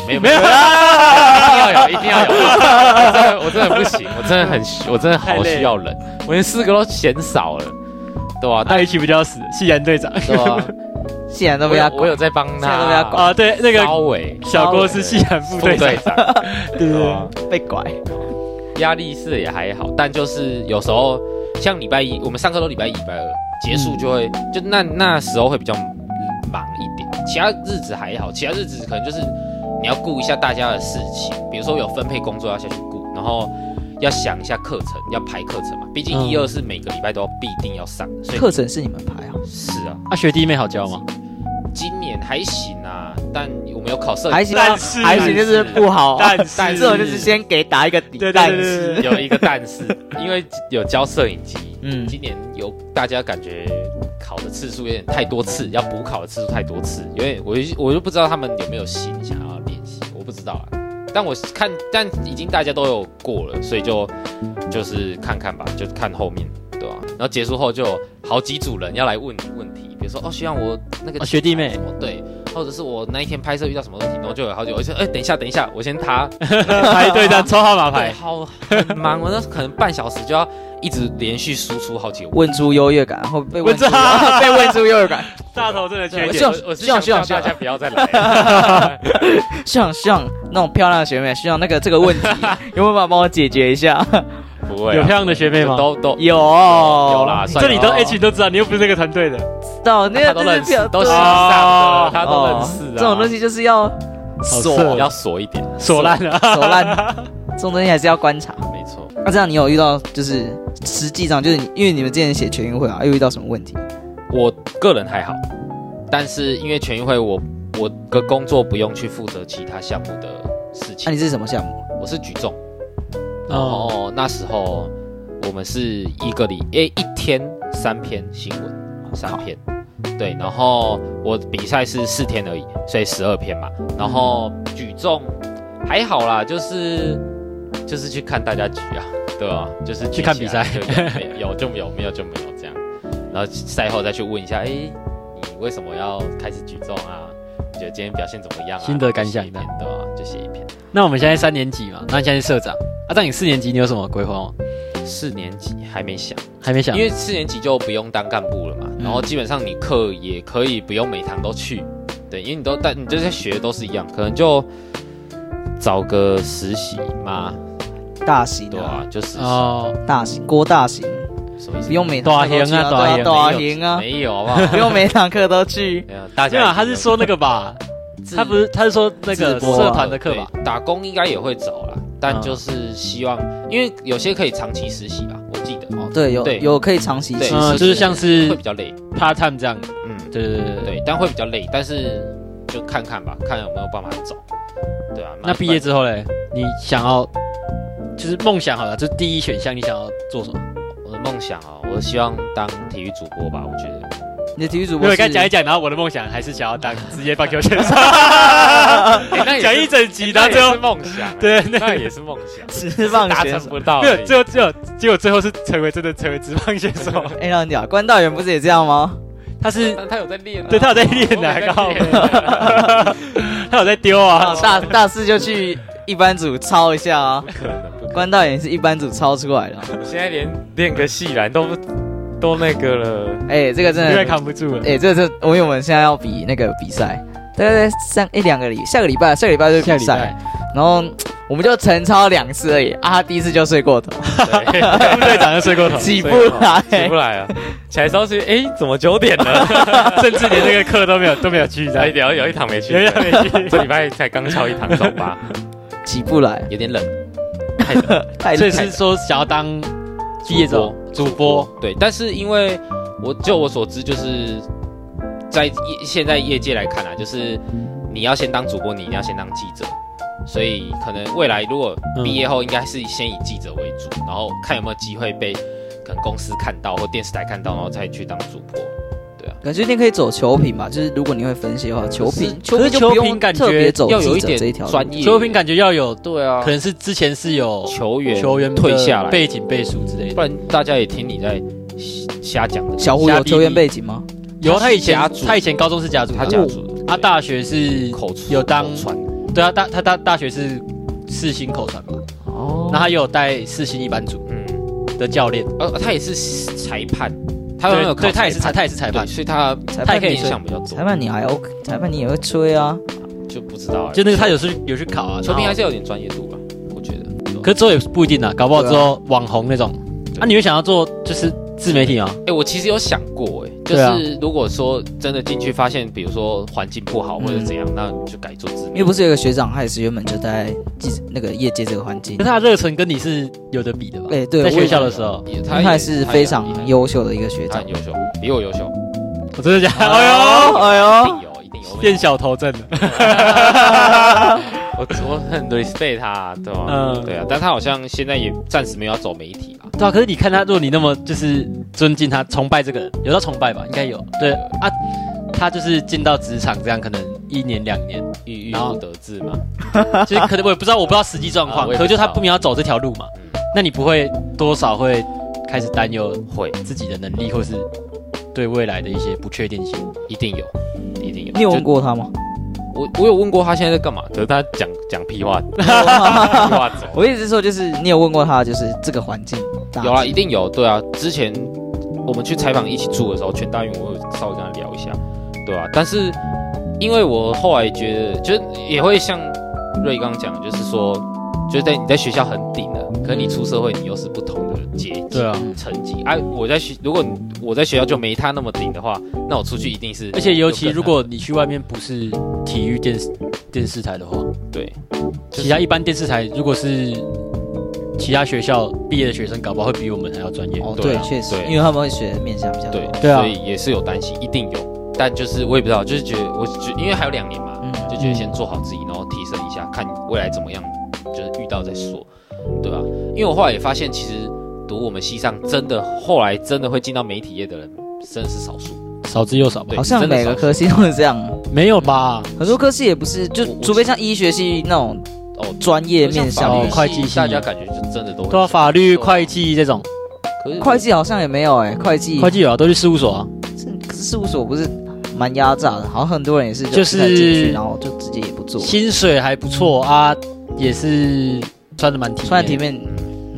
C: 没有
B: 没有
C: 啊，一定要有，一定要有。 我真的我真的不行，我真的很需，我真的好需要人，我连四个都嫌少了，对吧、啊？
B: 爱奇不叫死，西韩队长
C: 对吧、啊？
A: 既然都
C: 我
A: 被他
C: 有
A: 管
C: 我有在帮他，
A: 现在都被他管
B: 啊，对，那个
C: 高伟
B: 小郭是西韩副
C: 副
B: 队长，
C: 队长，
B: 对对
C: 对
B: 对
C: 吧。
A: 被拐，
C: 压力是也还好，但就是有时候像礼拜一，我们上课都礼拜一、礼拜二结束就会，就那那时候会比较忙一点，其他日子还好，其他日子可能就是你要顾一下大家的事情，比如说有分配工作要下去顾，然后要想一下课程，要排课程嘛，毕竟
B: 嗯
C: 一二是每个礼拜都要必定要上的，所以
A: 课程是你们排啊？
C: 是啊，
B: 啊，学弟妹好教吗？
C: 今年还行啊，但我们有考社，
A: 还行啊，
B: 但是
A: 还行就是不好啊。
B: 但是
A: 这种就是先给打一个底
B: 对，对
A: 但
B: 对对
A: 是
B: 对
C: 有一个但是，因为有教摄影机，
A: 嗯
C: 今年有大家感觉考的次数有点太多次，要补考的次数太多次，因为我就我就不知道他们有没有心想要练习，我不知道啊。但我看，但已经大家都有过了，所以就就是看看吧，就看后面，对吧、然后结束后就有好几组人要来问你问题，比如说哦，学长我那个、
B: 哦学弟妹
C: 什么对，或者是我那一天拍摄遇到什么问题，然后就有好久，我就说哎、等一下等一下，我先他
B: 排队长抽号码
C: 对，
B: 牌，
C: 好很忙，我那可能半小时就要一直连续输出好几个问
A: 问出优越感，然后被问出
B: 问出
A: 被问出优越感。
B: 大头真的缺一
C: 题。
A: 对
B: 点
A: 我。
C: 我我是想
A: 这样这
C: 叫大
A: 样
C: 家不要再来了，
A: 像像那种漂亮的学妹，像那个这个问题，有没有办法帮我解决一下？
C: 不会啊
B: 有漂亮的学妹吗
C: 都都
A: 有
C: 有
A: 有
C: 啦，算
B: 这里都
C: 有
B: H 都知道，你又不是那个团队的，
A: 到那
C: 他
A: 个
C: 都
A: 就是
C: 认识
A: 表，
C: 都是
A: 对
B: 啊
A: 啊
C: 上的
B: 哦，
C: 他都认识啊。
A: 这种东西就是要
B: 好色
A: 锁
C: 要锁一点，
B: 锁烂了。
A: 手烂，这种东西还是要观察。
C: 没错。
A: 那这样你有遇到就是实际上就是你因为你们之前写全运会啊，又遇到什么问题？
C: 我个人还好，但是因为全运会我我的工作不用去负责其他项目的事
A: 那、
B: 啊
C: 情
A: 你，是什么项目？
C: 我是举重。然
B: 哦
C: 后那时候我们是一个礼诶一天三篇新闻，三篇，对，然后我比赛是四天而已，所以十二篇嘛。然后
B: 嗯
C: 举重还好啦，就是就是去看大家举啊， 对啊，就是举
B: 去看
C: 起
B: 比
C: 来
B: 赛
C: 就有，有有就有，没有就没有这样。然后赛后再去问一下，哎，你为什么要开始举重啊？你觉得今天表现怎么样啊？
B: 心得感想
C: 就写一篇对啊，就写一篇。
B: 那我们现在三年级嘛，那你现在是社长啊？但你四年级你有什么规划吗？
C: 四年级还没想。
B: 还没想，
C: 因为四年级就不用当干部了嘛，
B: 嗯
C: 然后基本上你课也可以不用每堂都去，对，因为你都但你这些学的都是一样，可能就找个实习嘛，
A: 大型
C: 对
A: 啊，
C: 啊，就实习，
B: 哦，
A: 大型郭大型，
C: 什么意思？
A: 不用每
B: 大
A: 堂课
B: 型
A: 都
B: 啊
A: 去对
B: 大型
A: 啊，大
C: 没有
A: 型啊，
C: 没有好不好？
A: 不用每堂课都去。
C: 没有大
B: 没
C: 家
B: 有
C: 也
B: 啊，他是说那个吧，
C: 自
B: 他不是他是说那个
A: 自播啊
B: 社团的课吧？
C: 对打工应该也会找啦，但
B: 嗯
C: 就是希望，因为有些可以长期实习吧，我记得哦，
A: 对，有
C: 对
A: 有可以长期
C: 对
A: 去，
B: 嗯，就是像
C: 会
B: 是
C: 比较累，
B: part time 这样，
C: 嗯，
B: 对对对对对。
C: 对，但会比较累，但是就看看吧，看有没有办法找，对啊，
B: 那毕业之后嘞，你想要就是梦想好了，就是第一选项你想要做什么？
C: 我的梦想啊，我希望当体育主播吧。我觉 得
A: 你的体育主
B: 因
A: 播
B: 为
A: 是
B: 刚讲一讲，然后我的梦想还是想要当职业棒球选 手，
C: 那也是
B: 讲一整集，然后
C: 这
B: 最后
C: 是梦想，
B: 对那
C: 那也是梦想，啊
A: 直棒
C: 达
A: 选
C: 成
A: 手。
C: 不到
B: 没
C: 而
B: 有，
C: 已。
B: 最后最后结果最后是成为真的成为职棒选手，
A: 哎，让你讲，关道远不是也这样吗？
B: 他是
C: 但他有在练啊，
B: 对他有在练啊
C: 我没在练
B: 他有在丢啊
A: 啊，，大大四就去一般组抄一下啊，
C: 可能不可
A: 关道也是一般组抄出来的啊。
C: 能。现在连练个戏篮都都那个了，
A: 哎，这个真
B: 因为
A: 的，
B: 扛不住了。
A: 哎，这个这，我因为我们现在要比那个比赛，大概上一两个礼，下个礼拜，下个礼拜就是
B: 下
A: 比
B: 礼
A: 赛
B: 拜，，
A: 然后我们就晨操两次而已啊，他第一次就睡过头，
C: 对
B: 副队长就睡过头，
A: 起不
C: 睡过头
A: 来，
C: 起不来啊！起来稍去，哎，怎么九点了？
B: 甚至连这个课都没有都没有去
C: 哎，
B: 的，
C: 有有一堂没去，
B: 有点没去。
C: 这礼拜才刚敲一堂走吧，
A: 起不来，
C: 有点冷。
A: 太
B: 所以
A: 太
B: 是说想要当毕业之后主播，
C: 对，但是因为我就我所知，就是在业现在业界来看啊，就是你要先当主播，你一定要先当记者，所以可能未来如果
B: 嗯
C: 毕业后，应该是先以记者为主，然后看有没有机会被可能公司看到或电视台看到，然后再去当主播。
A: 感觉你可以走球评吧，就是如果你会分析的话，球评
B: 嗯可
A: 球
B: 是
A: 评就不
B: 球评
A: 用
B: 感觉
A: 特别走
C: 要有
A: 记
C: 一
A: 者
C: 点
A: 这一条路，
C: 专业，
B: 球评感觉要有，
C: 对啊
B: 可，能是之前是有
C: 球员
B: 球员的
C: 退下来，
B: 背景背书之类
C: 不
B: 的。
C: 然大家也听你在瞎瞎讲的。
A: 小虎有球员哦背景吗？
B: 有他以前
C: 他是甲组
B: 他以前高中是甲组的，
C: 他家族的
B: 他啊大学是
C: 口出
B: 有当
C: 口传
B: 对啊，大他大大学是四星口传吧，
A: 哦
B: 那他也有带四星一班组
C: 嗯，
B: 的教练，
C: 呃，他也是裁判，他有没有
B: 对对，
C: 考
B: 他也是裁，他也是裁
C: 对
B: 判，
C: 所以他
A: 裁
B: 他
A: 判
B: 也可以
C: 面向比较多
A: 裁，判你还 OK，裁判你也会吹啊，
C: 就不知道欸。
B: 就那个他有去有去考啊，
C: 球评还
B: 然后
C: 是有点专业度吧，我觉得。
B: 可是之后也不一定啊，搞不好之后网红那种，
C: 对
B: 啊，你会想要做就是自媒体啊？
C: 哎、我其实有想过、哎，就
B: 对啊
C: 是如果说真的进去发现，比如说环境不好或
B: 嗯
C: 者怎样，那你就改做
A: 因
C: 自媒
A: 为
C: 体。
A: 不是有个学长，他也是原本就在记那个业界这个环境
B: 可是，他的热忱跟你是有的比的吧？
A: 哎对
B: 在
A: 我
B: 学
A: 也
B: 校的时候，
C: 也
A: 他也是非常，优秀的一个
C: 也
A: 学
C: 他
A: 长
C: 很。优秀，比我优秀，
B: 我哦真的假的？哎呦，
A: 哎
C: 一
A: 呦，
C: 定有，一定有。
B: 变小头阵了。
C: 我我很 respect 他，对吧、
B: 嗯
C: 对啊，但他好像现在也暂时没有要走媒体啦。
B: 对啊，可是你看他，如果你那么就是尊敬他、崇拜这个人，有到崇拜吧？应该有。对啊，他就是进到职场这样，可能一年两年，
C: 郁郁
B: 然后
C: 不得志嘛，
B: 就是可能我也不知道，哦我不知道实际 状
C: 啊
B: 况，
C: 我也
B: 可
C: 不
B: 是
C: 知
B: 就
C: 道
B: 他不明要走这条路嘛
C: 嗯，
B: 那你不会多少会开始担忧
C: 会
B: 自己的能力，或是对未来的一些不确定性。
C: 一定有，一定有。
A: 你有
C: 就
A: 问过他吗？
C: 我我有问过他现在在干嘛，可是他讲讲 屁话， 屁话走。
A: 我一直说就是你有问过他，就是这个环境大致
C: 有啊，一定有，对啊。之前我们去采访一起住的时候，全大运我有稍微跟他聊一下，对啊。但是因为我后来觉得，就是也会像瑞刚讲的，就是说，就是在你在学校很顶了，可是你出社会你又是不同的阶级。
B: 啊
C: 成绩哎、啊，我在学，如果我在学校就没他那么顶的话，那我出去一定是，
B: 而且尤其如
C: 就更
B: 果你去外面不是体育电视电视台的话，
C: 对，就是
B: 其他一般电视台如果是其他学校毕业的学生，搞不好会比我们还要专业。
A: 哦，
C: 对
A: 对
C: 啊，
A: 确实
C: 对，
A: 因为他们会学面向比较多
C: 对，
B: 对啊
C: 所以也是有担心，一定有。但就是我也不知道，就是觉得我觉因为还有两年嘛，
A: 嗯
C: 就觉得先做好自己，然后提升一下，看未来怎么样，就是遇到再说，对吧？因为我后来也发现，其实读我们系上真的后来真的会进到媒体业的人，真的是少数。
B: 少之又少吧
C: 对？
A: 好像
C: 真的
A: 每个
C: 少数
A: 科系都是这样，
B: 没有吧？
A: 很多科系也不是，就
C: 我我
A: 除非像医学系那种
C: 哦
A: 专业面
C: 像
A: 向
C: 法
A: 的
C: 律
B: 哦
C: 系
B: 会计系
C: 大家感觉就真的都很
B: 对啊，
C: 少
B: 法律、
C: 对啊
B: 会计这种，
C: 可是
A: 会计好像也没有哎、会计
B: 会计有啊，都去事务所啊。
A: 是可是事务所不是蛮压榨的，好像很多人也是
B: 就是
A: 一开始进去然后就直接也不做，
B: 薪水还不错啊，也是穿的蛮体面。
A: 穿在体面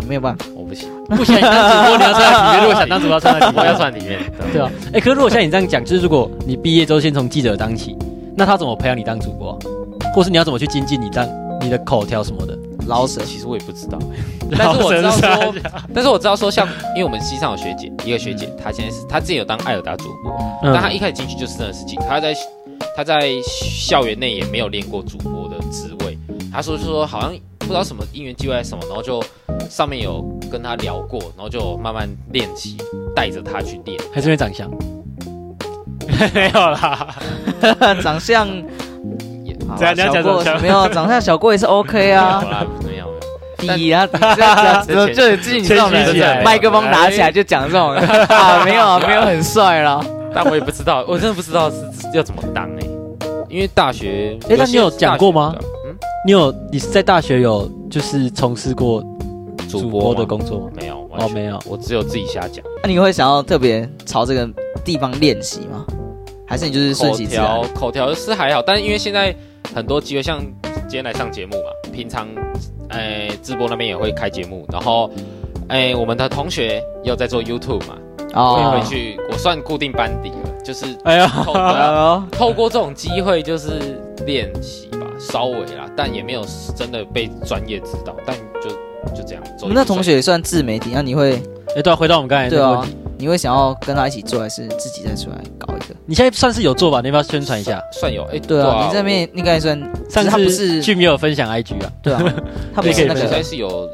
A: 没有办法，
C: 我 不行，
B: 不行，你当主播你要穿在体面，如果想当主播要穿在体
C: 我要
B: 面。
C: 算里面。
B: 对啊，哎、可是如果像你这样讲，就是如果你毕业之后先从记者当起，那他怎么培养你当主播啊、或是你要怎么去精进你当你的口条什么的？
A: 老 舍
C: 其实我也不知道，但是我知道说，但是我知道说像，因为我们系上有学姐，一个学姐，她现在是她之前有当艾尔达主播，
B: 嗯
C: 但他一开始进去就真的是进，他在他在校园内也没有练过主播的职位。他说说好像不知道什么因缘机会还是什么，然后就上面有跟他聊过，然后就慢慢练习，带着他去练。
B: 还是因为长相？没有啦，
A: 长相，好
B: 怎
A: 啊
B: 样你要
A: 小
B: 讲
A: 过
B: 长相
A: 没有长相小过也是 OK
C: 好
A: 啊，
C: 啦，没有没有，
A: 比啊，比这样讲就就自己这种
B: 谦虚起来
A: 人，啊麦克风拿
C: 哎
A: 起来就讲这种
B: 哎
A: 啊，没有啊，没有很帅啦。
C: 但我也不知道，我真的不知道是是要怎么当哎、因为大学，
A: 哎
B: 诶那你有讲过吗
C: 有些大学的？
B: 你有你是在大学有就是从事过
C: 嗯，
B: 主
C: 主播
B: 播的
C: 吗
B: 工作吗？
C: 没有，完
B: 哦，
C: 全
B: 没有，
C: 我只有自己瞎讲。
A: 那你会想要特别朝这个地方练习吗？还是你就是顺
C: 口
A: 其自然
C: 条？口条是还好，但是因为现在很多机会，像今天来上节目嘛，平常，哎、直播那边也会开节目，然后，哎、我们的同学也有在做 YouTube 嘛，我也
A: 哦
C: 会，去，我算固定班底了，就是
B: 哎呀，
C: 透
A: 哎
C: 过
A: 呦
C: 透过这种机会就是练习吧，稍微啦，但也没有真的被专业指导，但就就这样。
A: 我
C: 走一步
A: 们那同
C: 算
A: 学也算自媒体，那你会
B: 哎，对啊，回到我们刚才那
A: 对
B: 个问
A: 啊
B: 题，，
A: 你会想要跟他一起做，还是自己再出来搞一个？
B: 你现在算是有做吧？你要不要宣传一下？
C: 算有哎、
A: 对啊，你这
C: 我
A: 边应该算，只
B: 上
A: 是他不
B: 次
A: 是
B: 俊没有分享 IG 啊，
A: 对啊，他不
B: 对可
A: 是
B: 以
A: 那
C: 现在
A: 个
C: 是有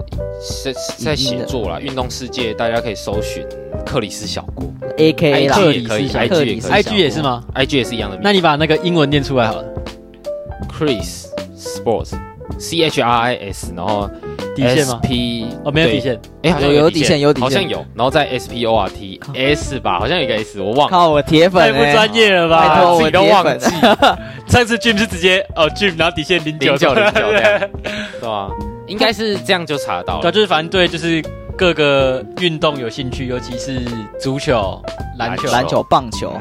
C: 在在
A: 影音
C: 写
A: 的
C: 作啦，运动世界大家可以搜寻克里斯小锅
A: A K A 啦
B: 哎，克
C: ，IG
B: 里
C: 也可
B: 斯
C: 以
B: 小
A: 克
C: ，IG
A: 里
C: 也
A: 斯
C: 可以
B: IG 也是吗？
C: ，IG 也是一样的名字。
B: 那你把那个英文念出来好了，
C: Chris Sports C H R I S，然后
B: 底线吗
C: S？P
B: 哦，没有底，线，
C: 对哎，好像
A: 有有底
C: 底
A: 线有底线
C: 好像有，然后在 S P O R T S 吧，好像有一个 S，我忘了。
A: 靠我铁粉
B: 太不
A: 欸
B: 专业了啊吧？
A: 拜托
C: 自
A: 我
C: 己都
A: 铁
C: 忘
A: 粉
C: 记
B: 上次 Jim 是直接哦 Jim，然后底线零
C: 零九零九
B: 对
C: 这样，对啊，应该是这样就查得到
B: 对啊，
C: 了。
B: 就是反正对，就是各个运动有兴趣，尤其是足球、篮球、
A: 篮球、棒球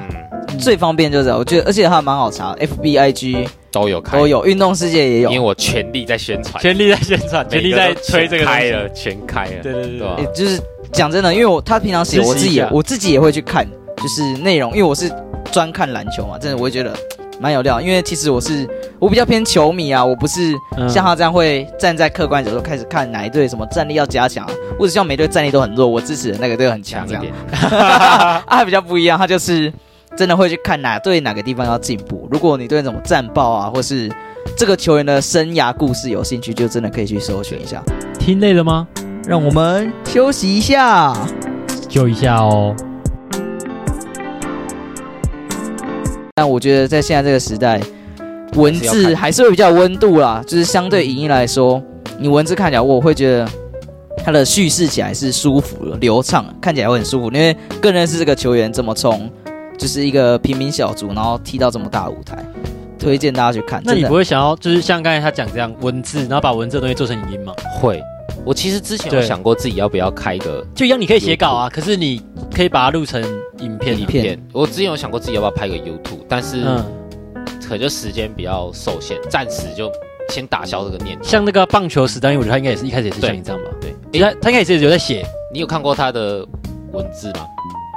C: 嗯，
A: 最方便就是，我觉得，而且它还蛮好查，F B I G
C: 都有开，
A: 都有，运动世界也有
C: 因为。我全力在宣传，
B: 全力在宣传，全力在推这个东
C: 开
B: 西。
C: 了，全开了，
B: 对对对啊
C: 对
B: 对
C: 吧
A: 也就是讲真的，因为我他平常写，
B: 支持
A: 我自己
B: 一
A: 也
B: 下
A: 我自己也会去看，就是内容，因为我是专看篮球嘛，真的我会觉得蛮有料。因为其实我是我比较偏球迷啊，我不是
B: 嗯
A: 像他这样会站在客观角度开始看哪一队什么战力要加强啊，或者像每队战力都很弱，我支持的那个队很强
C: 强
A: 这
C: 一
A: 样。
C: 点。
A: 啊，他比较不一样，他就是真的会去看哪对哪个地方要进步。如果你对那种战报啊，或是这个球员的生涯故事有兴趣，就真的可以去搜寻一下。
B: 听累了吗？
A: 让我们休息一下。
B: 就一下哦。
A: 但我觉得在现在这个时代，文
C: 还是要
A: 字
C: 看
A: 还是会比较有温度啦，就是相对影音来说，你文字看起来我会觉得。它的叙事起来是舒服的、流畅的，看起来会很舒服。因为更认识这个球员怎么从就是一个平民小卒，然后踢到这么大的舞台，推荐大家去看。
C: 啊
B: 那你
A: 真的
B: 不会想要，就是像刚才他讲这样文字，然后把文字的东西做成影音吗？
C: 会，我其实之前有
B: 对
C: 想过自己要不要开一个
B: 就一样，你可以写稿啊，可是你可以把它录成影片、
A: 影
B: 啊。
A: 片
C: 片，我之前有想过自己要不要拍个 YouTube，但是
B: 嗯，
C: 可就时间比较受限，暂时就先打消这个念头。
B: 像那个棒球史丹利，我觉得他应该也是一开始也是像你这样吧。
C: 对，
B: 他他应该也是有在写，
C: 你有看过他的文字吗？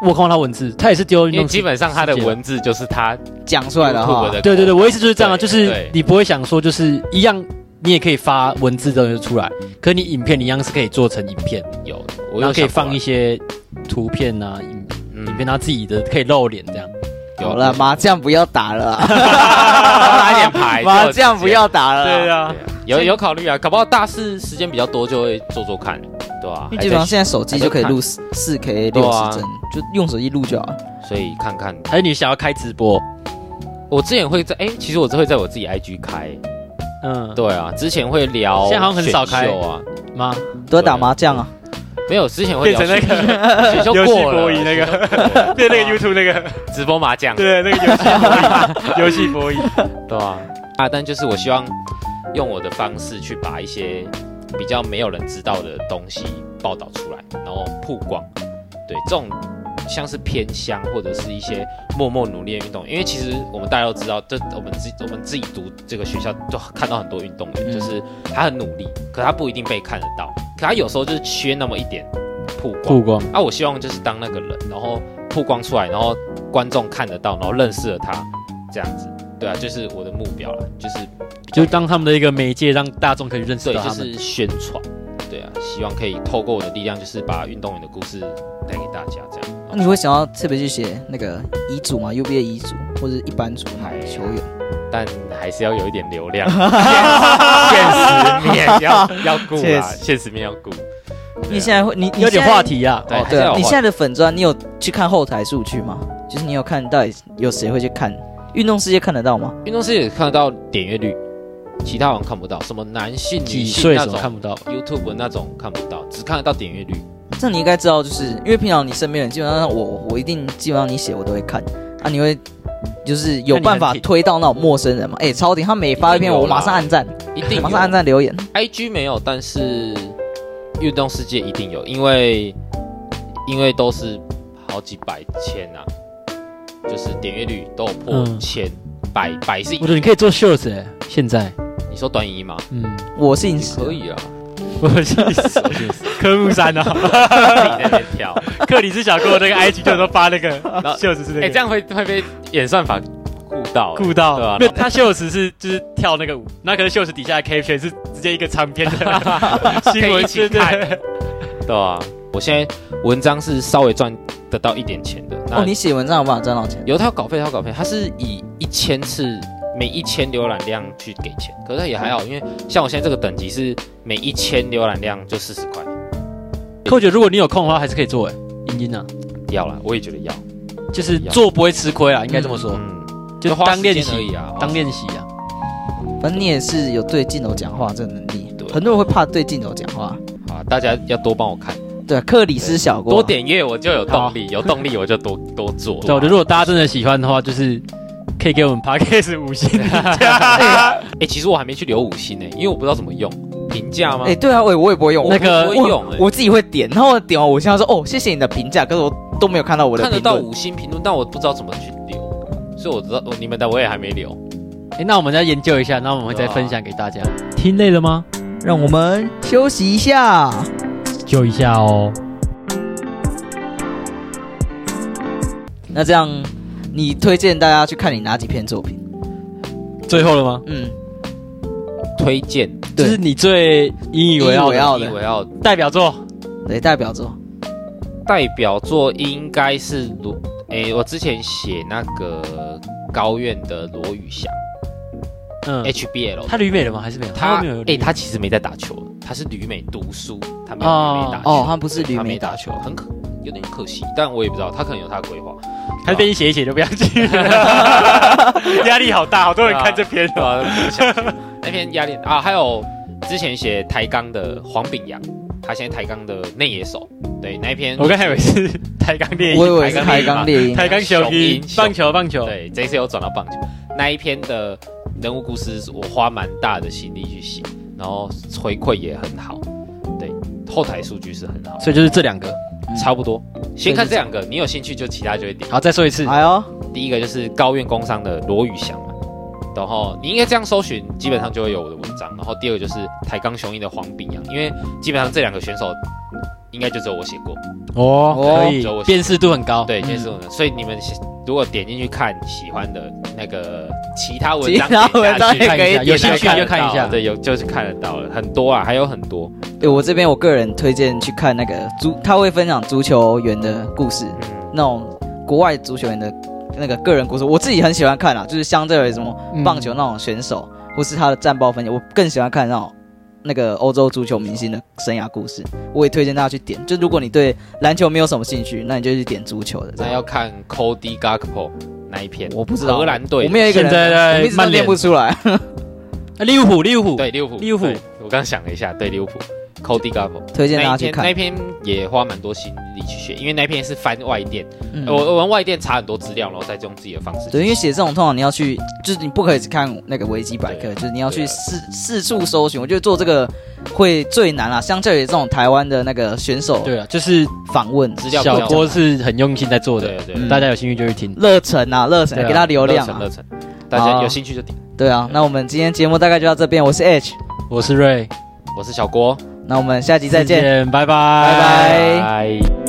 B: 我有看过他文字，他也是丢运
C: 因为
B: 动。
C: 基本上他的，文字就是他
A: 讲出来的
C: YouTube
A: 话，
C: 的，
B: 对对对，，我意思就是这样啊，
C: 对
B: 就是
C: 对
B: 你不会想说，就是一样，你也可以发文字的东西出来，可你影片你一样是可以做成影片，
C: 有，我
B: 然
C: 有
B: 后可以
C: 想过
B: 放一些图片啊、影
C: 嗯
B: 影片啊自己的可以露脸这样。
C: 有
A: 好了， 麻将不要打了啊，
C: 打 点牌，
A: 麻将不要打了。
B: 对
A: 啊，
B: 啊
C: 对，啊，有有考虑啊，搞不好大四时间比较多，就会做做看，对吧、
A: 因为基本上
C: 还在
A: 现在手机就可以录四四 K 六
C: 对啊
A: 十帧，就用手机录就好了。
C: 所以看看。
B: 还是你想要开直播？
C: 我之前会在，哎、其实我只会在我自己 IG 开，
B: 嗯，
C: 对啊，之前会聊，
B: 现在好像很少开
C: 啊，
B: 吗？
A: 都在打麻将啊，
C: 没有，之前会聊
B: 变成
C: 那个选秀
B: 游戏
C: 过了
B: 博弈那个
C: 选秀过 了啊
B: 对，那个 YouTube 那个，
C: 直播麻将，
B: 对，那个游戏博弈，游戏博弈。
C: 对啊，啊，但就是我希望用我的方式去把一些比较没有人知道的东西报道出来，然后曝光。对，这种像是偏乡或者是一些默默努力的运动员，因为其实我们大家都知道，这我们自己我们自己读这个学校，就看到很多运动员，
A: 嗯
C: 就是他很努力，可他不一定被看得到，可他有时候就是缺那么一点曝光。
B: 曝光，
C: 啊，我希望就是当那个人，然后曝光出来，然后观众看得到，然后认识了他，这样子，对啊，就是我的目标了，就是
B: 就是当他们的一个媒介，让大众可以认识
C: 对，
B: 到
C: 就
B: 他们。
C: 是宣传，对啊，希望可以透过我的力量，就是把运动员的故事带给大家，这样。
A: 那啊
B: 嗯
A: 你会想要特别去写那个遗嘱吗？UBA 遗嘱或者一般组
C: 哎呀
A: 球员？
B: 啊
C: 但还是要有一点流 量，现实面要要顾
A: 确
C: 啊
A: 实，
C: 现实面要顾。
A: 因为现在会你
B: 有点话，题啊，
C: 对，
A: 你现在
C: 还是
A: 对啊，
C: 要有
A: 你
C: 话
A: 现在的粉砖，你有去看后台数据吗？就是你有看到底有谁会去看？运动世界看得到吗？
C: 运动室也看得到点阅率，其他好像看不到，什么男性、女
B: 几
C: 性
B: 岁
C: 那
B: 什么
C: 种
B: 看不到？
C: YouTube 那种看不到，只看得到点阅率。
A: 这你应该知道，就是因为平常你身边人基本上我我一定基本上你写我都会看啊，你会就是有办
B: 那你
A: 法
B: 很挺
A: 推到那种陌生人嘛？哎，超顶，他每发一篇
C: 一定有
A: 我
C: 啦
A: 马上按赞，
C: 一定
A: 马
C: 有
A: 上按赞留言。
C: IG 没有，但是运动世界一定有，因为因为都是好几百千啊，就是点阅率都有破
B: 嗯
C: 千、百百是一
B: 我觉得你可以做 shorts 欸哎、现在
C: 你说短影音吗？
B: 嗯，
A: 我是饮食，
C: 可以啊，
B: 我是 科目三 啊，
C: 自己在那边跳。
B: 克里斯小哥 那个 IG 就都发那个
C: 后
B: 秀子是那
C: 哎，
B: 个
C: 这。样会会被演算法顾到。
B: 顾
C: 对
B: 到
C: 啊，
B: 没有他秀词是就是跳那个舞，那可能秀词底下的 caption 是直接一个长篇的 新
C: 可以
B: 闻，
C: 一起
B: 对对
C: 看
B: 对，
C: 对啊，我现在文章是稍微赚得到一点钱的。那
A: 哦，你写文章有办法赚到钱？
C: 有他稿费，他稿费，他是以一千次每一千浏览量去给钱，可是也还好，因为像我现在这个等级是每一千浏览量就四十块，
B: 可我觉得如果你有空的话，还是可以做哎，英英啊，
C: 要啦，我也觉得要，
B: 就是做不会吃亏啊啦，应该这么说，
C: 嗯，
B: 就
C: 花
B: 当
C: 时
B: 练
C: 间而
B: 习
C: 已，啊，
B: 当练习啊。
A: 反正你也是有对镜头讲话这能力
C: 对，
A: 很多人会怕对镜头讲话。
C: 好啊，大家要多帮我看，
A: 对，啊克里斯小郭
C: 多点阅我就有动力，有动力我就多多做，
B: 对，我啊 觉得如果大家真的喜欢的话，就是可以给我们 podcast 五星 评价
C: 哎、其实我还没去留五星呢、因为我不知道怎么用评价吗？
A: 哎、对啊，我也我也不会用，
B: 那个
A: 我
C: 我
A: 我
C: 会用欸
A: 我自己会点，然后我点完五星，他说哦，谢谢你的评价，可是我都没有看到我的
C: 看得
A: 评
C: 到
A: 论。
C: 五星评论，但我不知道怎么去留，所以我知道哦我你们的我也还没留。
B: 哎，那我们再研究一下，那我们会再分享给大家。 听累了吗？
A: 让我们休息一下。
B: 就一下哦。
A: 那这样，你推荐大家去看你哪几篇作品？
B: 最后了吗？
A: 嗯，
C: 推荐
B: 就
A: 对
B: 是你最引以为傲
A: 引以为
B: 的
A: 傲
C: 引以为傲
B: 代表作，
A: 对，代表作
C: 代表作应该是罗，诶、我之前写那个高院的罗宇翔、
B: 嗯，
C: HBL，
B: 他旅美了吗？还是没有？
C: 他
B: 没有旅
C: 诶、
B: 美。
C: 他其实没在打球，他是旅美读书，他没有
B: 哦
C: 旅美打球，
A: 哦，他不是
C: 对
A: 旅
C: 他
A: 美
C: 没
A: 打
C: 打球，很可有点可惜，但我也不知道，他可能有他的规划，
B: 还是被你写一写就不要 去了，压力好大，好多人看这篇
C: 对
B: 哦。
C: 吧、不想去那篇压力啊，还有之前写台钢的黄炳阳，他现在台钢的内野手，对那一篇
B: 我刚才以为是台钢猎
A: 我以
B: 鹰，
A: 为是
C: 台
A: 台
C: 钢
A: 钢猎鹰。
B: 台钢小鹰，
C: 雄鹰
B: 棒球棒球，
C: 对，这次有转到棒球那一篇的人物故事，我花蛮大的心力去写，然后回馈也很好，对，后台数据是很好，
B: 所以就是这两个。
A: 嗯
C: 差不多。先
A: 所以
C: 看
A: 是
C: 这两个，你有兴趣就其他就会点。
B: 好，再说一次，
A: 哎呦，
C: 第一个就是高院工商的罗宇翔嘛，然后你应该这样搜寻，基本上就会有我的文章。然后第二个就是台钢雄鹰的黄炳阳，因为基本上这两个选手应该就只有我写过，
B: 哦可以
C: 走我，
B: 辨识度很
A: 哦
B: 高。
C: 对，
B: 嗯
C: 就是我的。所以你们如果点进去看喜欢的那个其他文
A: 其
C: 章，
A: 他文章也
B: 看一
A: 可以
B: 下
A: 点。
B: 有兴趣就看一
C: 得到
B: 下。
C: 对，有就是看得到了，很多啊，还有很多。
A: 对哎我这边，我个人推荐去看那个足，他会分享足球员的故事，
C: 嗯，
A: 那种国外足球员的那个个人故事，我自己很喜欢看啦，啊就是相对于什么
B: 嗯
A: 棒球那种选手，或是他的战报分析，我更喜欢看那种那个欧洲足球明星的生涯故事。我也推荐大家去点，就如果你对篮球没有什么兴趣，那你就去点足球的。这
C: 那
A: 样
C: 要看 Cody Gakpo 那一篇，
A: 我不知道
C: 荷兰队
A: 我们有一个人，啊
B: 现在
A: 我
B: 在
A: 们一直都
B: 曼联
A: 念不出 来。
B: 啊利物浦，利物浦，
C: 对利物浦，
B: 利物浦
C: 对，我刚想了一下，对利物浦 Cody Gakpo
A: 推荐大
C: 那
A: 家
C: 一
A: 去
C: 篇那
A: 看
C: 一。篇也花蛮多心力去写，因为那一篇是翻外电，
A: 嗯
C: 我我们外电查很多资料，然后再用自己的方式去写。
A: 对，因为写这种通常你要去，就是你不可以只看那个维基百
C: 对
A: 科，
C: 啊
A: 就是你要
C: 对
A: 去
C: 啊
A: 四四处搜寻。我觉得做这个会最难啦，相较于这种台湾的那个选手
B: 对啊，就是
A: 访问，
C: 资料比较
B: 小郭是很用心在做的，
C: 对对
A: 嗯
C: 对，
B: 大家有兴趣就去听。
A: 热忱啊，热忱
B: 对啊
A: 给他流
C: 热
A: 量
C: 忱
A: 啊
C: 热，忱，大家有兴趣就点。
A: 对啊。那我们今天节目大概就到这边，我是 H。
B: 我是瑞，
C: 我是小郭，
A: 那我们下集再见。
B: 拜拜，
A: 拜拜
C: 拜。